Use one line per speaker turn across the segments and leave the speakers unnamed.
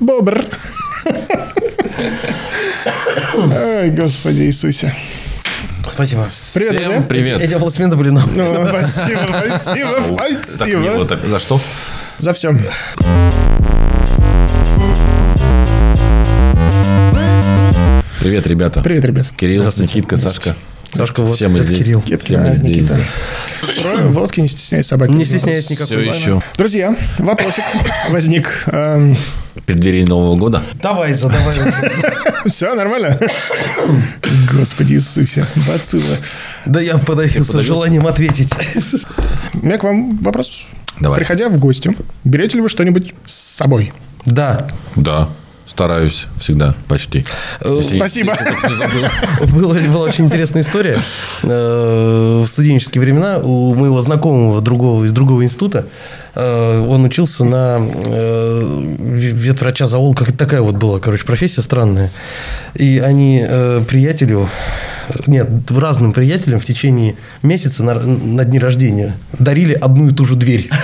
Бобр. Ой, Господи Иисусе.
Спасибо.
Привет, друзья.
Всем привет.
Эти аплодисменты были нам.
Ну, Спасибо, спасибо,
О, так
спасибо.
мило, так- За что?
За все.
Привет, ребята.
Привет, ребят.
Кирилл, Никитка, Сашка.
Сашка, вот
Все мы
это
здесь.
Кирилл.
Все мы
Да,
здесь.
Никита. Про водки не стесняйся собаки.
Не стесняюсь
Все
никакой.
еще.
Друзья, вопросик возник. Эм,
Преддверие Нового года.
Давай, задавай.
Все нормально? Господи Иисусе, бацилла.
Да я подавился желанием ответить.
У меня к вам вопрос.
Давай.
Приходя в гости, берете ли вы что-нибудь с собой?
Да,
Да. Стараюсь всегда, почти. Если-
Э, Спасибо.
если только не забыл.
Была, была очень интересная история. Э, В студенческие времена у моего знакомого другого из другого института э, он учился на э, ве- ветврача зоолога. Как такая вот была, короче, профессия странная. И они э, приятелю, нет, разным приятелям в течение месяца на, на дни рождения дарили одну и ту же дверь.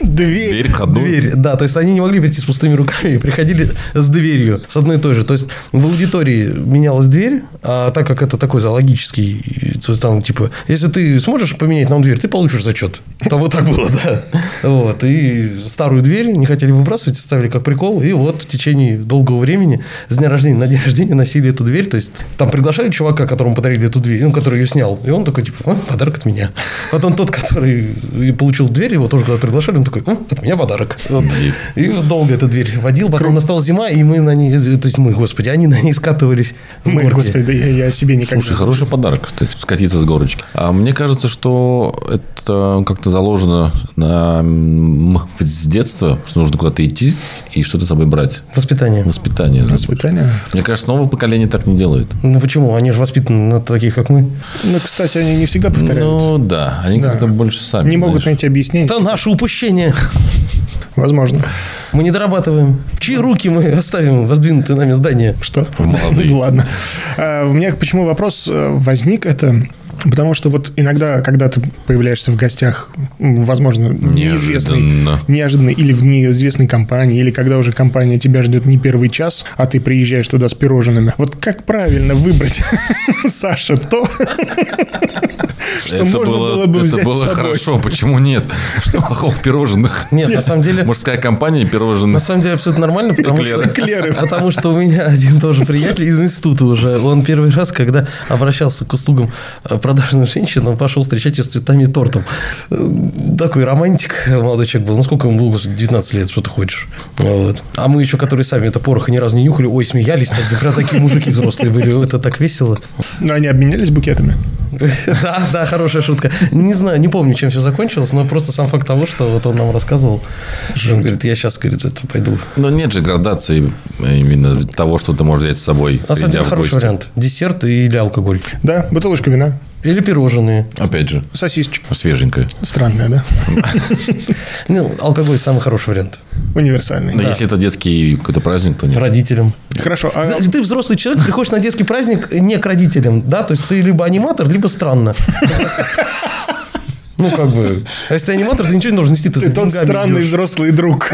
Дверь.
Дверь входную.
Дверь, да, то есть они не могли прийти с пустыми руками, приходили с дверью, с одной и той же. То есть в аудитории менялась дверь, а так как это такой зоологический, то есть там типа, если ты сможешь поменять нам дверь, ты получишь зачет. Там вот так было, да. Вот, и старую дверь не хотели выбрасывать, ставили как прикол, и вот в течение долгого времени с дня рождения на день рождения носили эту дверь, то есть там приглашали чувака, которому подарили эту дверь, ну, который ее снял, и он такой, типа, «О, подарок от меня. Потом тот, который и получил дверь, его тоже когда приглашали, он такой, «О, от меня подарок. Вот. И вот долго эта дверь водил, потом настала зима, и мы на ней, э, то есть мы, господи, они на ней скатывались с
Мы,
горки.
господи, я, я себе никогда.
Слушай, хороший подарок, кстати, скатиться с горочки. А мне кажется, что это как-то заложено на, м, с детства, что нужно куда-то идти и что-то с собой брать.
Воспитание.
Воспитание. да,
Воспитание.
больше. Мне кажется, новое поколение так не делает.
Ну почему? Они же воспитаны на таких, как мы.
Ну, кстати, они не всегда повторяют.
Ну да, они
Да.
как-то больше сами.
не могут
А, знаешь.
найти объяснение.
Это наше упущение.
Возможно.
Мы не дорабатываем. Чьи руки мы оставим воздвинутые нами здания?
Что?
молодые.
Ну, Ладно. А, У меня почему вопрос э, возник это... Потому что вот иногда, когда ты появляешься в гостях, м, возможно, в неизвестной,
Неожиданно.
неожиданно или в неизвестной компании, или когда уже компания тебя ждет не первый час, а ты приезжаешь туда с пирожными. Вот как правильно выбрать, Саша, то, что можно было бы
это
взять
было
с собой?
хорошо, почему нет? Что плохого в пирожных?
Нет, на самом деле...
Мужская компания
На
пирожных.
самом деле абсолютно нормально, потому что...
Эклеры.
Эклеры.
Потому что у меня один тоже приятель из института уже. Он первый раз, когда обращался к услугам э, продажных женщин, он пошел встречать ее с цветами и тортом. Э, Такой романтик э, молодой человек был. Ну, сколько ему было? Господи, 19 лет, что ты хочешь. Вот. А мы еще, которые сами это пороха ни разу не нюхали, ой, смеялись. Так, как раз такие мужики взрослые были. Это так весело.
Но Ну, они обменялись букетами.
Да, да, хорошая шутка. Не знаю, не помню, чем все закончилось, но просто сам факт того, что вот он нам рассказывал. Он говорит, я сейчас, говорит, это пойду.
Но нет же градации именно того, что ты можешь взять с собой,
На самом
придя
деле,
в
хороший
гости.
вариант. Десерт или алкоголь.
Да, бутылочка вина,
Или пирожные.
Опять же,
сосисочка.
свеженькое.
Странная, да?
Ну, алкоголь самый хороший вариант.
Универсальная.
Да, если это детский какой-то праздник, то нет.
Родителям.
Хорошо. а-
Ты ты взрослый человек, приходишь на детский праздник не к родителям, да? То есть ты либо аниматор, либо странно. Ну, как бы. А если ты аниматор, ты ничего не должен нести. Ты,
Ты
за
тот
деньгами
странный
идёшь.
взрослый друг.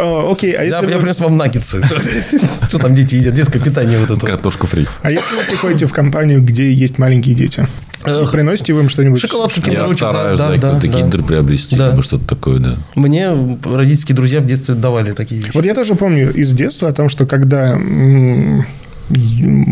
О, Окей, а
Я,
если
я
вы-
принес вам наггетсы. Что там дети едят? Детское питание вот это.
Картошку фри.
а если вы приходите в компанию, где есть маленькие дети,
Э,
и приносите вы им что-нибудь?
Шоколадка,
Я
киндерочек, да,
стараюсь,
да,
да,
да,
какой-то
да.
киндер приобрести,
Да.
либо что-то такое, да.
Мне родительские друзья в детстве давали такие вещи.
Вот я тоже помню из детства о том, что когда м,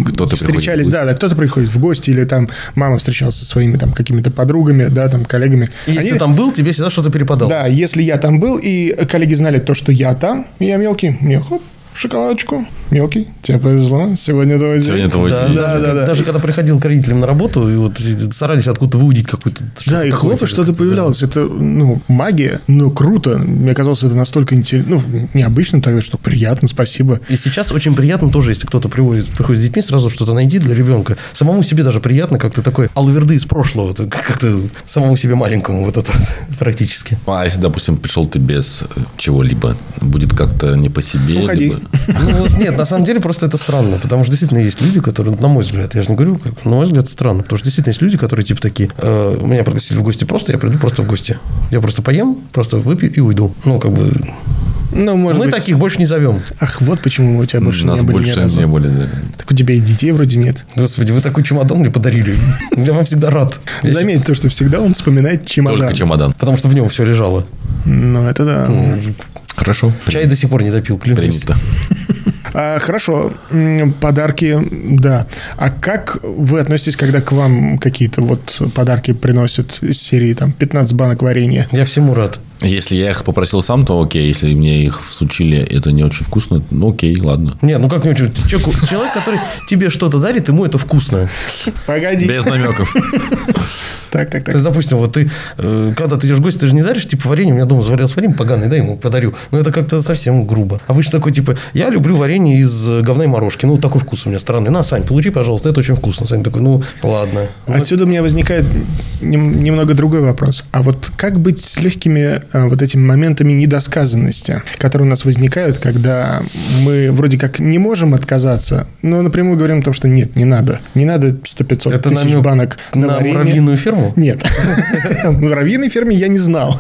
Кто-то
встречались,
приходит в
да, да, кто-то приходит в гости, или там мама встречалась со своими там какими-то подругами, да, там коллегами.
И если
Они-
ты там был, тебе всегда что-то перепадало.
Да, если я там был, и коллеги знали то, что я там, и я мелкий, мне хоп, шоколадочку, мелкий, тебе повезло, сегодня твой день.
Сегодня твой
Да,
день.
даже,
да, да.
даже когда приходил к родителям на работу, и вот старались откуда-то выудить какую-то... типа,
Да, и хлопаешь, что-то появлялось. Это, ну, магия, но круто. Мне казалось, это настолько интересно, ну, необычно тогда, что приятно, спасибо.
И сейчас очень приятно тоже, если кто-то приводит, приходит с детьми, сразу что-то найди для ребенка. Самому себе даже приятно, как ты такой алверды из прошлого, ты как-то самому себе маленькому вот это практически.
А если, допустим, пришел ты без э, чего-либо, будет как-то не по себе.
Уходи.
либо-
Ну вот нет, на самом деле просто это странно, потому что действительно есть люди, которые, на мой взгляд, я же не говорю, как- на мой взгляд, странно, потому что действительно есть люди, которые типа такие, «Э, меня пригласили в гости просто, я приду просто в гости. Я просто поем, просто выпью и уйду. Ну, как бы
Ну, может
Мы
быть.
таких больше не зовем.
Ах, вот почему у тебя больше
Нас
не было ни
больше
разу.
не были. да.
Так у тебя и детей вроде нет.
Господи, вы такой чемодан мне подарили. Я вам всегда рад. Я
Заметь то, что всегда он вспоминает чемодан.
Только чемодан.
Потому что в нем все лежало.
Ну, это да.
Хорошо.
Чай до сих пор не допил, клянусь.
Принято.
А, хорошо, М, подарки, да. А как вы относитесь, когда к вам какие-то вот подарки приносят из серии там 15 банок варенья?
Я всему рад.
Если я их попросил сам, то окей. Если мне их всучили, это не очень вкусно, ну окей, ладно.
Не, ну как не очень. Человеку- Человек, который тебе что-то дарит, ему это вкусно.
Погоди.
Без намеков.
Так, так,
То
так.
есть, допустим, вот ты, э, когда ты идешь в гости, ты же не даришь, типа, варенье, у меня дома заварилось варенье поганое, дай ему подарю. Но это как-то совсем грубо. А вы же такой, типа, я люблю варенье из э, говна и морожки. Ну, такой вкус у меня странный. На, Сань, получи, пожалуйста, это очень вкусно. Сань такой, ну, ладно. Ну,
Отсюда у меня возникает нем- немного другой вопрос. А вот как быть с легкими а, вот этими моментами недосказанности, которые у нас возникают, когда мы вроде как не можем отказаться, но напрямую говорим о том, что нет, не надо. Не надо 100-500
Это
тысяч
намек
банок на,
на
варенье.
муравьиную ферму?
Нет. В муравьиной ферме я не знал.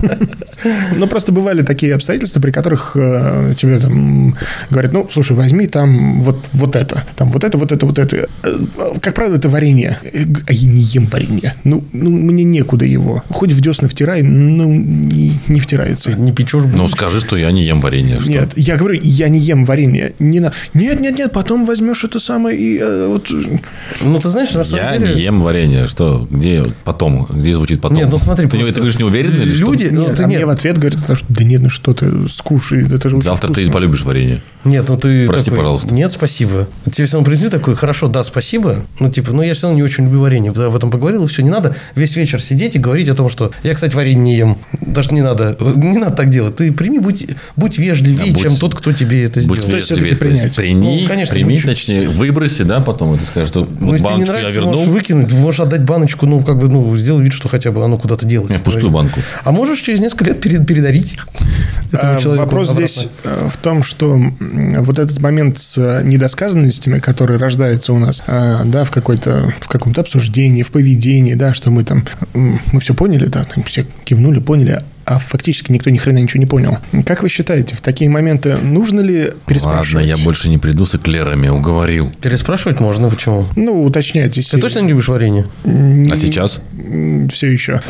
Но просто бывали такие обстоятельства, при которых э, тебе там говорят, ну, слушай, возьми там вот, вот это, там вот это, вот это, вот это. Э, Как правило, это варенье. Э, г- А я не ем варенье. Ну, ну, мне некуда его. Хоть в десны втирай, но не, не втирается.
Не печешь
Ну, скажи, что я не ем варенье. А что-
Нет, я говорю, я не ем варенье. Не на... Нет, нет, нет, потом возьмешь это самое и э, вот...
Ну, ты знаешь, на самом
Я
деле...
не ем варенье. Что? Где потом? Где звучит потом?
Нет, ну смотри,
Ты,
просто
ты говоришь, не уверен или что?
люди- ну,
Нет,
ты
а
нет.
мне в ответ говорят, потому что да нет, ну что ты, скушай, это же очень
Завтра ты
вкусно».
полюбишь варенье.
Нет, ну ты
Прости,
такой,
пожалуйста.
Нет, спасибо. Тебе все равно принесли такой, хорошо, да, спасибо. Ну, типа, ну я все равно не очень люблю варенье. Я об этом поговорил, и все, не надо весь вечер сидеть и говорить о том, что я, кстати, варенье не ем. Даже не надо. Не надо так делать. Ты прими, будь, будь вежливее,
А будь-
чем тот, кто тебе это
Будь
сделал.
есть
вежливее,
всё-таки
то
принять.
есть прими,
Ну, конечно,
прими,
будь-
точнее, выброси, да, потом это скажешь, что
Ну,
вот
если тебе не
баночку я
нравится, можешь
вернул,
выкинуть, можешь отдать баночку, ну, как бы, ну, сделай вид, что хотя бы оно куда-то делось.
Не, в пустую
Говорю.
банку.
А можешь через несколько лет пере- передарить этому
А,
человеку
Вопрос
обратно.
здесь э, в том, что м, вот этот момент с э, недосказанностями, который рождается у нас, э, да, в какой-то в каком-то обсуждении, в поведении, да, что мы там м, мы все поняли, да, там все кивнули, поняли, а фактически никто ни хрена ничего не понял. Как вы считаете, в такие моменты нужно ли
Ладно,
переспрашивать?
я больше не приду с эклерами, уговорил.
Переспрашивать можно, почему?
Ну, уточняйте.
Ты точно не любишь варенье?
А сейчас?
Все еще,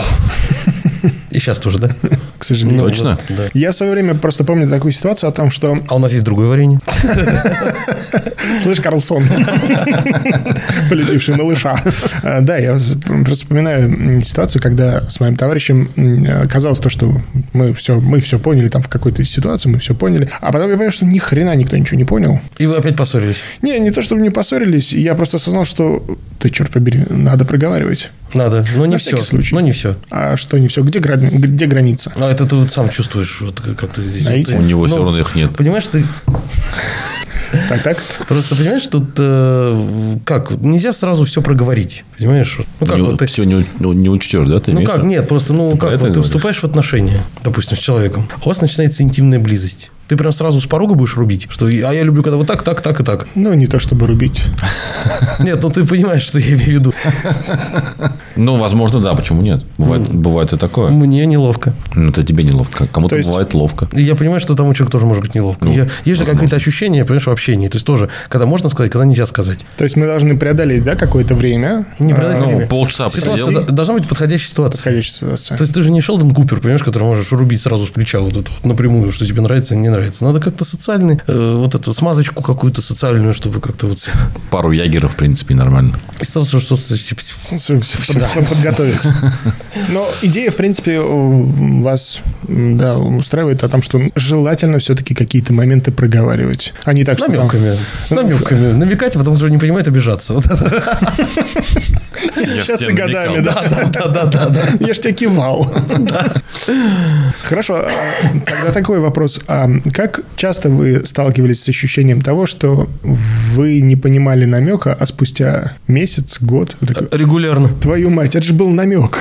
И сейчас тоже, да?
к сожалению.
Ну,
Точно?
вот, да.
Я в свое время просто помню такую ситуацию о том, что
А у нас есть другое варенье.
Слышь, Карлсон, полюбивший малыша. А, Да, я с- просто вспоминаю м, ситуацию, когда с моим товарищем м, казалось то, что мы все, мы все поняли там в какой-то ситуации, мы все поняли. А потом я понял, что ни хрена никто ничего не понял.
И вы опять поссорились.
Не, не то, чтобы не поссорились, я просто осознал, что, да черт побери, надо проговаривать.
Надо. Но не
На
все.
всякий случай.
Но не все.
А что не все, где, грани- где граница?
А это ты вот сам чувствуешь, вот как как ты здесь.
Знаете?
вот
У
ты-
него
ну,
все равно их нет.
Понимаешь, ты
Так, так?
просто понимаешь, тут э, как, нельзя сразу все проговорить, понимаешь? Ну как,
не,
вот ты-
все не, у- ну, не учтешь, да? Ты
ну
имеешь
как,
в виду?
нет, просто, ну
Ты про
как,
это
вот ты
говоришь?
вступаешь в отношения, допустим, с человеком, у вас начинается интимная близость. Ты прям сразу с порога будешь рубить, что а я люблю, когда вот так, так, так и так.
Ну, не то, чтобы рубить.
Нет, ну ты понимаешь, что я имею в виду.
Ну, возможно, да, почему нет? Бывает, бывает и такое.
Мне неловко.
Ну, это тебе неловко. Кому-то
То есть-
бывает ловко.
И я понимаю, что тому человеку тоже может быть неловко.
Ну,
Я- есть же какие-то ощущения, понимаешь, в общении. То есть тоже, когда можно сказать, когда нельзя сказать.
То есть мы должны преодолеть, да, какое-то время?
Не преодолеть
а,
время.
Ну, полчаса
Ситуация
посидел.
до- должна быть подходящая ситуация.
подходящей ситуации.
То есть ты же не Шелдон Купер, понимаешь, который можешь рубить сразу с плеча вот это вот напрямую, что тебе нравится, не нравится. Надо как-то социальный, э, вот эту смазочку какую-то социальную, чтобы как-то вот...
Пару ягеров, в принципе, нормально.
И сразу что что- типа,
Под- подготовить. Но идея, в принципе, у вас м, да, устраивает о том, что желательно все-таки какие-то моменты проговаривать. А не так, что... там- Ну,
намеками, намеками, намекать, а потом уже не понимает, обижаться. Вот это.
Сейчас
тебе
и годами,
намекал.
да.
Да, да, да, да, да.
Я ж тебя кивал. Хорошо, а, тогда такой вопрос. А как часто вы сталкивались с ощущением того, что вы не понимали намека, а спустя месяц, год, вы такой,
Регулярно.
твою мать, это же был намек.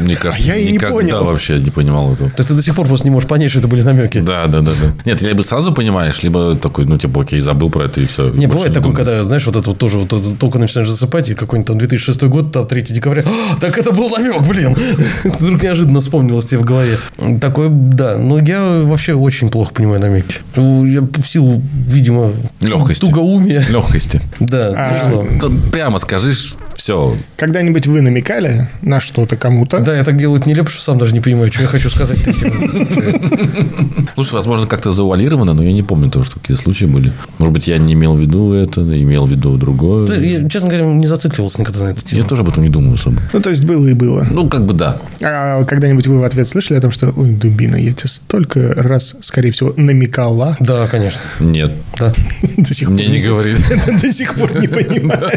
Мне кажется,
А я и не
никогда
понял.
вообще не понимал этого.
То есть ты до сих пор просто не можешь понять, что это были намеки.
Да, да, да, да. Нет, либо сразу понимаешь, либо такой, ну, типа, окей, забыл про это и все.
Не, бывает такое, когда, знаешь, вот это вот тоже, вот, это только начинаешь засыпать, и какой-нибудь там 2006 96 год, там, 3 декабря. «А, так это был намек, блин. Вдруг неожиданно вспомнилось тебе в голове. Такое, да. Но я вообще очень плохо понимаю намеки. Я в силу, видимо,
Лёгкости.
тугоумия.
Легкости.
Да,
А,
тяжело.
Тут прямо скажи все.
Когда-нибудь вы намекали на что-то кому-то?
Да, я так делаю нелепо, что сам даже не понимаю, что я хочу сказать. типа,
Слушай, возможно, как-то завуалировано, но я не помню того, что такие случаи были. Может быть, я не имел в виду это, имел в виду другое.
Я, честно говоря, не зацикливался никогда на эту
Я
тему.
тоже об этом не думаю особо.
Ну, то есть было и было.
Ну, как бы да.
А когда-нибудь вы в ответ слышали о том, что «Ой, дубина, я тебе столько раз, скорее всего, намекала,
Да, конечно.
Нет,
Да.
до сих пор
мне не говорили.
до сих пор не понимаю».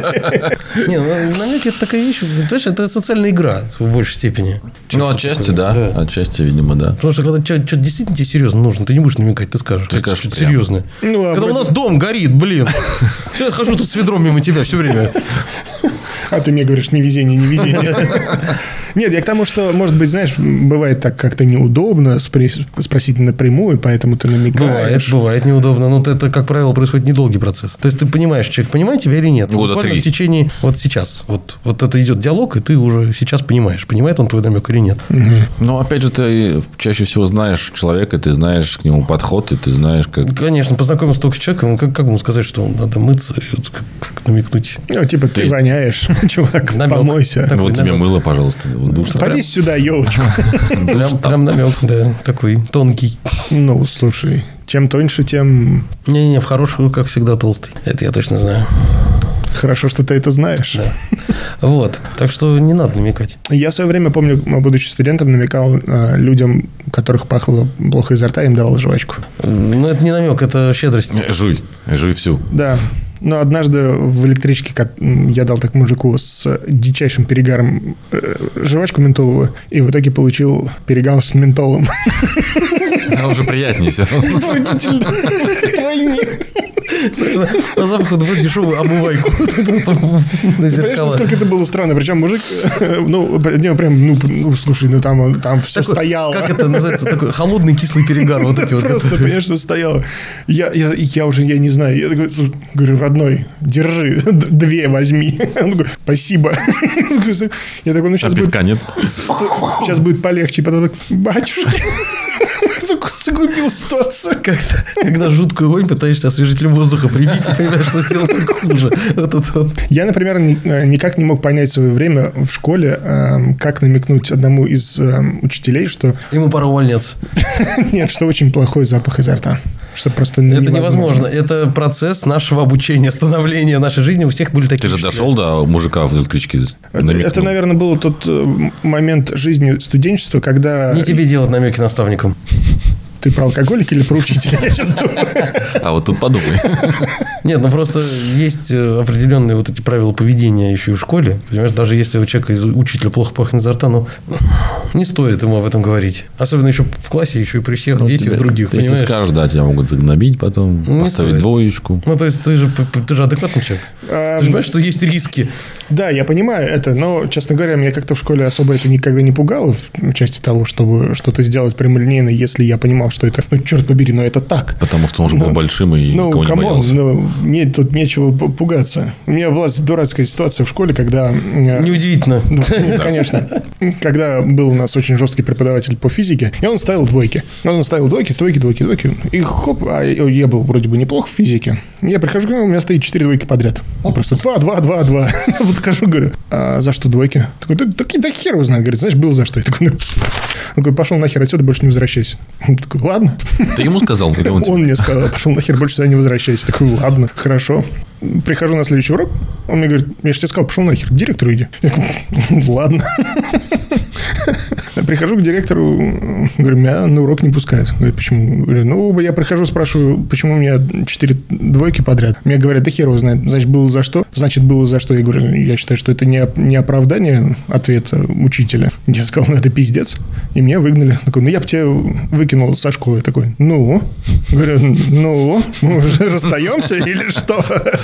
Не, ну, намеки это такая вещь. То есть это социальная игра в большей степени.
Ну, отчасти, да. Отчасти, видимо, да.
Потому что когда что-то действительно тебе серьезно нужно, ты не будешь намекать, ты скажешь. Ты
скажешь
что-то
прямо.
серьезное.
Ну, а
когда
вроде-
у нас дом горит, блин. Я хожу тут с ведром мимо тебя все время.
А ты мне говоришь «невезение, невезение». Нет, я к тому, что, может быть, знаешь, бывает так как-то неудобно спри- спросить напрямую, поэтому ты
Бывает,
намекаешь.
бывает неудобно. Но это, как правило, происходит недолгий процесс. То есть ты понимаешь, человек понимает тебя или нет. Ну,
Года
Буквально
три.
в течение вот сейчас. Вот, вот это идет диалог, и ты уже сейчас понимаешь, понимает он твой намек или нет.
Но, опять же, ты чаще всего знаешь человека, ты знаешь к нему подход, и ты знаешь, как...
Конечно, познакомился только с человеком, как, как ему сказать, что надо мыться, и вот как, как намекнуть.
Ну, типа, ты
есть-
воняешь, чувак,
Намек.
помойся.
Так,
Вот
да,
тебе
да.
мыло, пожалуйста. Вот душ.
Повесь сюда елочку.
Прям, прям намек, да, такой тонкий.
Ну, слушай, чем тоньше, тем
Не-не, в хороших руках всегда толстый. Это я точно знаю.
хорошо, что ты это знаешь.
Да. Вот. Так что не надо намекать.
Я в свое время, помню, будучи студентом, намекал э, людям, у которых пахло плохо изо рта, им давал жвачку.
Ну, это не намек, это щедрость.
Э, Жуй, жуй всю.
Да. Но однажды в электричке кат- м, я дал так мужику с дичайшим перегаром э, жвачку ментоловую, и в итоге получил перегар с ментолом.
Она уже приятнее все.
По запаху вроде дешевую омывайку. Вот это вот На
Понимаешь,
зеркало.
насколько это было странно? Причем мужик, э, ну, при- не, прям, ну, п- ну, слушай, ну там, он- там все
Такой,
стояло.
Как это называется? Такой холодный кислый перегар. Вот эти вот.
Просто,
которые-
понимаешь, что стояло. Я, я, я уже, я не знаю. Я такой, «Слушай», говорю, родной, держи, д- две возьми. Он такой, спасибо. Я такой, ну
А
сейчас будет,
пивка нет?
сейчас будет полегче. Потом так, батюшки. Такой загубил ситуацию.
Как-то, когда жуткую вонь пытаешься освежителем воздуха прибить, и понимаешь, что сделал только хуже. Вот это вот.
Я, например, ни- э, никак не мог понять в свое время в школе, эм, как намекнуть одному из эм, учителей, что
Ему пора увольняться.
нет, что очень плохой запах изо рта. Что просто
Это невозможно. Это процесс нашего обучения, становления нашей жизни. У всех были такие
Ты же
учителя.
дошел до мужика в электричке?
Это,
намекнул?
это, наверное, был тот э, м- момент жизни студенчества, когда...
Не тебе делать намеки наставникам.
Ты про алкоголик или про учителя? Я сейчас думаю.
А вот тут подумай.
Нет, ну просто есть э, определенные вот эти правила поведения еще и в школе. Понимаешь, даже если у человека из учителя плохо пахнет изо рта, ну, не стоит ему об этом говорить. Особенно еще в классе, еще и при всех детях
Тебя-
других,
Ну, ты Если
понимаешь?
скажешь, да, тебя могут загнобить потом,
Не
поставить
стоит.
двоечку.
Ну, то есть, ты же, п- п- ты же адекватный человек. Ты же
Эм,
понимаешь, что есть риски.
Да, я понимаю это, но, честно говоря, меня как-то в школе особо это никогда не пугало в части того, чтобы что-то сделать прямолинейно, если я понимал, что это, ну, черт побери, но это так.
Потому что он же был
Ну,
большим и
Ну,
никого не
камон,
боялся.
ну, мне тут нечего п- пугаться. У меня была дурацкая ситуация в школе, когда... э,
Неудивительно.
Ну, конечно. Когда был у нас очень жесткий преподаватель по физике, и он ставил двойки. Он ставил двойки, двойки, двойки, двойки. И хоп, а я я был вроде бы неплох в физике. Я прихожу к нему, у меня стоит четыре двойки подряд. Он просто два, два, два, два. Подхожу, говорю, а за что двойки? Такой, да, да, да хер его знает. Говорит, знаешь, был за что. Я такой, ну, он такой, пошел нахер отсюда, больше не возвращайся. Он такой, ладно.
Ты ему сказал? или он тебе?
Он мне сказал, пошел нахер, больше сюда не возвращайся. Такой, ладно, хорошо. Прихожу на следующий урок, он мне говорит, я же тебе сказал, пошел нахер, к директору иди. Я говорю, ладно. Прихожу к директору, говорю, меня на урок не пускают. Говорит, почему? Говорю, ну, я прихожу, спрашиваю, почему у меня четыре двойки подряд. Мне говорят, да хер его знает. Значит, было за что? Значит, было за что. Я говорю, я считаю, что это не, оп- не оправдание ответа учителя. Я сказал, ну, это пиздец. И меня выгнали. Такой, ну, я бы тебя выкинул со школы. Я такой, ну? Говорю, ну, мы уже расстаемся или что?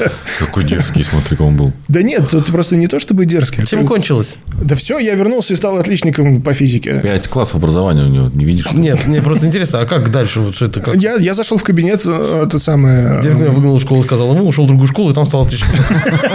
Какой дерзкий, смотри, как он был.
Да нет, тут просто не то, чтобы дерзкий.
Чем кончилось?
Да все, я вернулся и стал отличником по физики.
Пять классов образования у него, не видишь?
Нет, мне просто интересно, а как дальше? Вот что это как?
Я, я зашел в кабинет, э, тот самый... э,
Директор меня выгнал из школы, сказал ему, ушел в другую школу, и там стал отлично.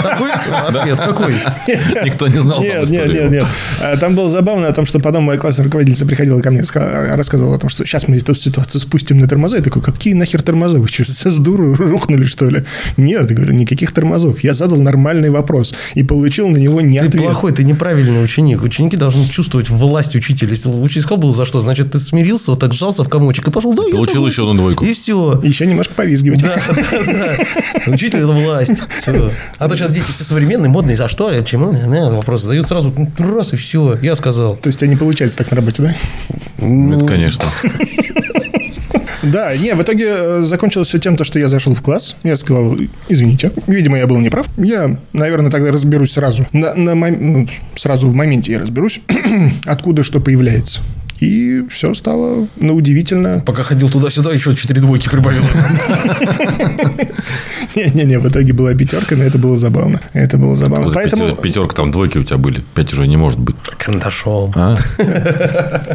Такой ответ, какой?
Никто не знал там
Нет, нет,
историю.
нет, нет. А, Там было забавно о том, что потом моя классная руководительница приходила ко мне, ска- рассказывала о том, что сейчас мы эту ситуацию спустим на тормоза. Я такой, какие нахер тормоза? Вы что, с дуру рухнули, что ли? Нет, я говорю, никаких тормозов. Я задал нормальный вопрос и получил на него не
Ты
ответ.
плохой, ты неправильный ученик. Ученики должны чувствовать власть учителя. Если учитель сказал был за что, значит, ты смирился, вот так сжался в комочек и пошел. Да, я
Получил
такой.
еще одну двойку.
И все.
Еще немножко повизгивать.
Да, да, да. Учитель – это власть. Всё. А то сейчас дети все современные, модные. За что? А Чему? Не, Вопрос задают сразу. ну, Раз, и все. Я сказал.
То есть, у тебя не получается так на работе, да?
Ну, Это, конечно.
Да, не, в итоге э, закончилось все тем, то, что я зашел в класс. Я сказал, извините, видимо, я был неправ. Я, наверное, тогда разберусь сразу. На, на мом- ну, сразу в моменте я разберусь, откуда что появляется. И все стало ну, удивительно.
Пока ходил туда-сюда, еще четыре двойки прибавил.
Не-не-не, в итоге была пятерка, но это было забавно. Это было забавно.
Вот
Поэтому...
пятер- Пятерка, там двойки у тебя были. Пять уже не может быть.
Карандашом.
А?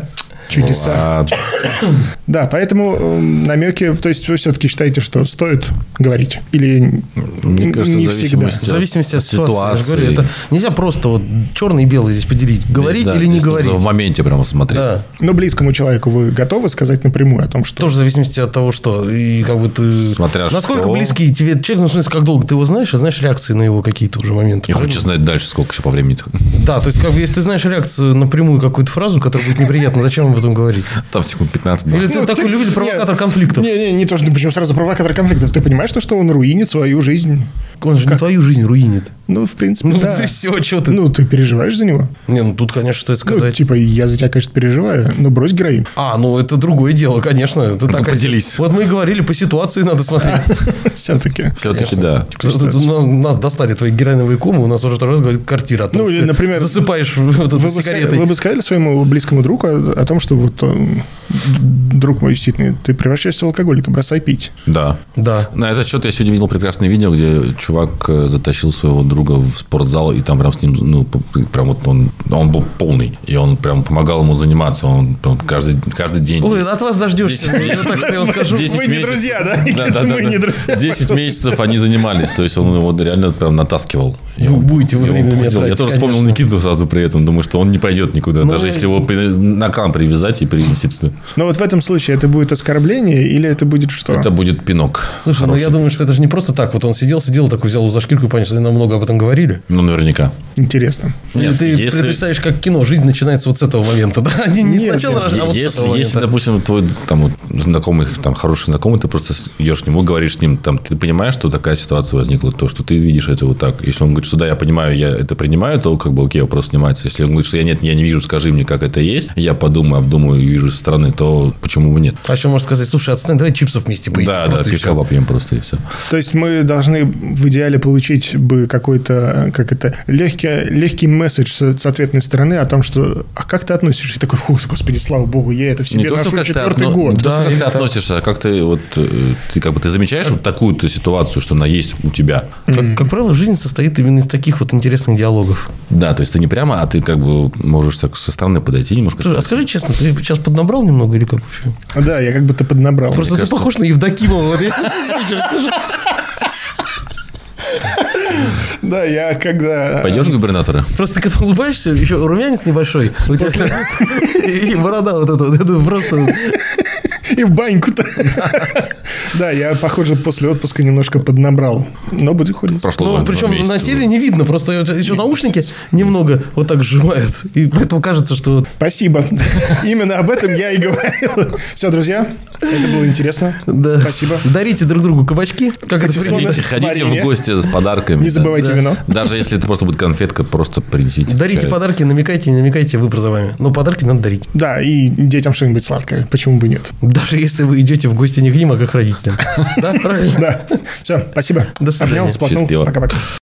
Типа
Чудеса.
Ну, Ладно.
Да, поэтому э, намеки, то есть вы все-таки считаете, что стоит говорить? Или
Мне кажется, в
не всегда?
зависимости
В зависимости от ситуации. Я же
ситуации.
говорю, это нельзя просто вот черный и белый здесь поделить. Говорить
Да,
или не
здесь нужно
говорить.
В моменте прямо смотреть.
Да.
Но близкому человеку вы готовы сказать напрямую о том, что...
Тоже в зависимости от того, что. И как бы ты...
Смотря
Насколько
что.
близкий тебе человек, ну, в смысле, как долго ты его знаешь, и знаешь реакции на его какие-то уже моменты.
Я хочу знать дальше, сколько еще по времени.
Да, то есть, как бы, если ты знаешь реакцию напрямую какую-то фразу, которая будет неприятна, зачем об этом говорить?
Там секунд 15.
Или ты
Ну,
такой
ты-
любитель
нет.
провокатор конфликтов?
Не-не, не то, что почему сразу провокатор конфликтов. Ты понимаешь, то, что он руинит свою жизнь?
Он же не твою жизнь руинит.
Ну, в принципе,
Ну,
да.
ты все, что ты...
Ну, ты переживаешь за него?
Не, ну тут, конечно, стоит
Ну,
сказать.
типа, я за тебя, конечно, переживаю, но брось героин.
А, ну это другое дело, конечно. Это такая-
Ну, поделись.
Вот мы и говорили, по ситуации надо смотреть.
Все-таки.
Все-таки да.
Нас нас достали твои героиновые комы, у нас уже второй раз говорит квартира. о том,
Ну,
что
или,
ты
например,
Засыпаешь вот это
Вы бы, сказали,
сигаретой.
вы бы сказали своему близкому другу о, о том, что вот э, друг мой действительно, ты превращаешься в алкоголика, бросай пить.
Да.
Да.
На этот счет я сегодня видел прекрасное видео, где чувак э, затащил своего друга в спортзал, и там прям с ним, ну, п- прям вот он, он был полный, и он прям помогал ему заниматься, он прям каждый, каждый день.
Ой, от вас дождешься. Я так я вам скажу.
10
Вы не
месяцев.
друзья, да?
Да, да, да,
Мы
да.
не друзья,
10 месяцев они занимались, то есть он его реально прям натаскивал. И
Вы
он-
будете вы
и он
время меня
похудел. Я
тратить,
тоже вспомнил
конечно.
Никиту сразу при этом, думаю, что он не пойдет никуда,
Ну,
даже если его при- на кран привязать и перенести туда.
Но вот в этом случае это будет оскорбление или это будет что?
Это будет пинок.
Слушай, ну я думаю, что это же не просто так. Вот он сидел, сидел, такой взял его за шкирку и понес. Нам много об этом говорили.
Ну, наверняка.
Интересно.
Или
Нет,
ты
если-
представляешь, как кино, жизнь начинается вот с этого момента, да? Не, не
Нет,
сначала
нет.
рожда- а вот с
если,
этого
если,
момента.
допустим, твой там вот знакомый, там хороший знакомый, ты просто идешь к нему, говоришь с ним, там ты понимаешь, что такая ситуация возникла, то, что ты видишь это вот так. Если он говорит, что да, я понимаю, я это принимаю, то как бы окей, вопрос снимается. Если он говорит, что я нет, я не вижу, скажи мне, как это есть, я подумаю, обдумаю и вижу со стороны, то почему бы нет?
А еще можно сказать, слушай, отстань, давай чипсов вместе поедим.
да, да,
просто и всё.
пикаба пьем просто и все.
То есть мы должны в идеале получить бы какой-то, как это, легкий, легкий месседж с, с ответной стороны о том, что, а как ты относишься? И такой, фу, господи, слава богу, я это в себе ношу четвертый
отно-
год.
не то,
Да,
что как
или
ты
так.
относишься, а как ты вот э, ты как бы ты замечаешь вот такую-то ситуацию, что она есть у тебя.
Как, как правило, жизнь состоит именно из таких вот интересных диалогов.
Да, то есть ты не прямо, а ты как бы можешь так со стороны подойти немножко.
Слушай, а скажи честно, ты сейчас поднабрал немного или как вообще?
Да, я как будто поднабрал.
Просто ты
кажется-
похож на Евдокимова. Вот я-
Да, я когда...
Пойдешь губернатора?
Просто когда улыбаешься, еще румянец небольшой, у тебя и борода вот эта, вот это просто... ну,
И в баньку-то. Да, я, похоже, после отпуска немножко поднабрал. Но буду ходить.
Прошло
Ну,
два-
причем
два месяца.
на теле не видно, просто еще наушники немного вот так сжимают. И поэтому кажется, что
Спасибо. Именно об этом я и говорил. Все, друзья, это было интересно.
да.
Спасибо.
дарите друг другу кабачки. Как это
Хотите
принято?
Ходите, ходите
Марине.
в гости с подарками.
Не
да.
забывайте
Да.
вино.
Даже если это просто будет конфетка, просто принесите.
Дарите
Чай.
подарки, намекайте, не намекайте, выбор за вами. Но подарки надо дарить.
Да, и детям что-нибудь сладкое. Почему бы нет?
Даже если вы идете в гости не к ним, а к их родителям. Да, правильно?
Да. Все, спасибо.
До свидания.
Обнял, всплакнул.
Счастливо.
Пока-пока.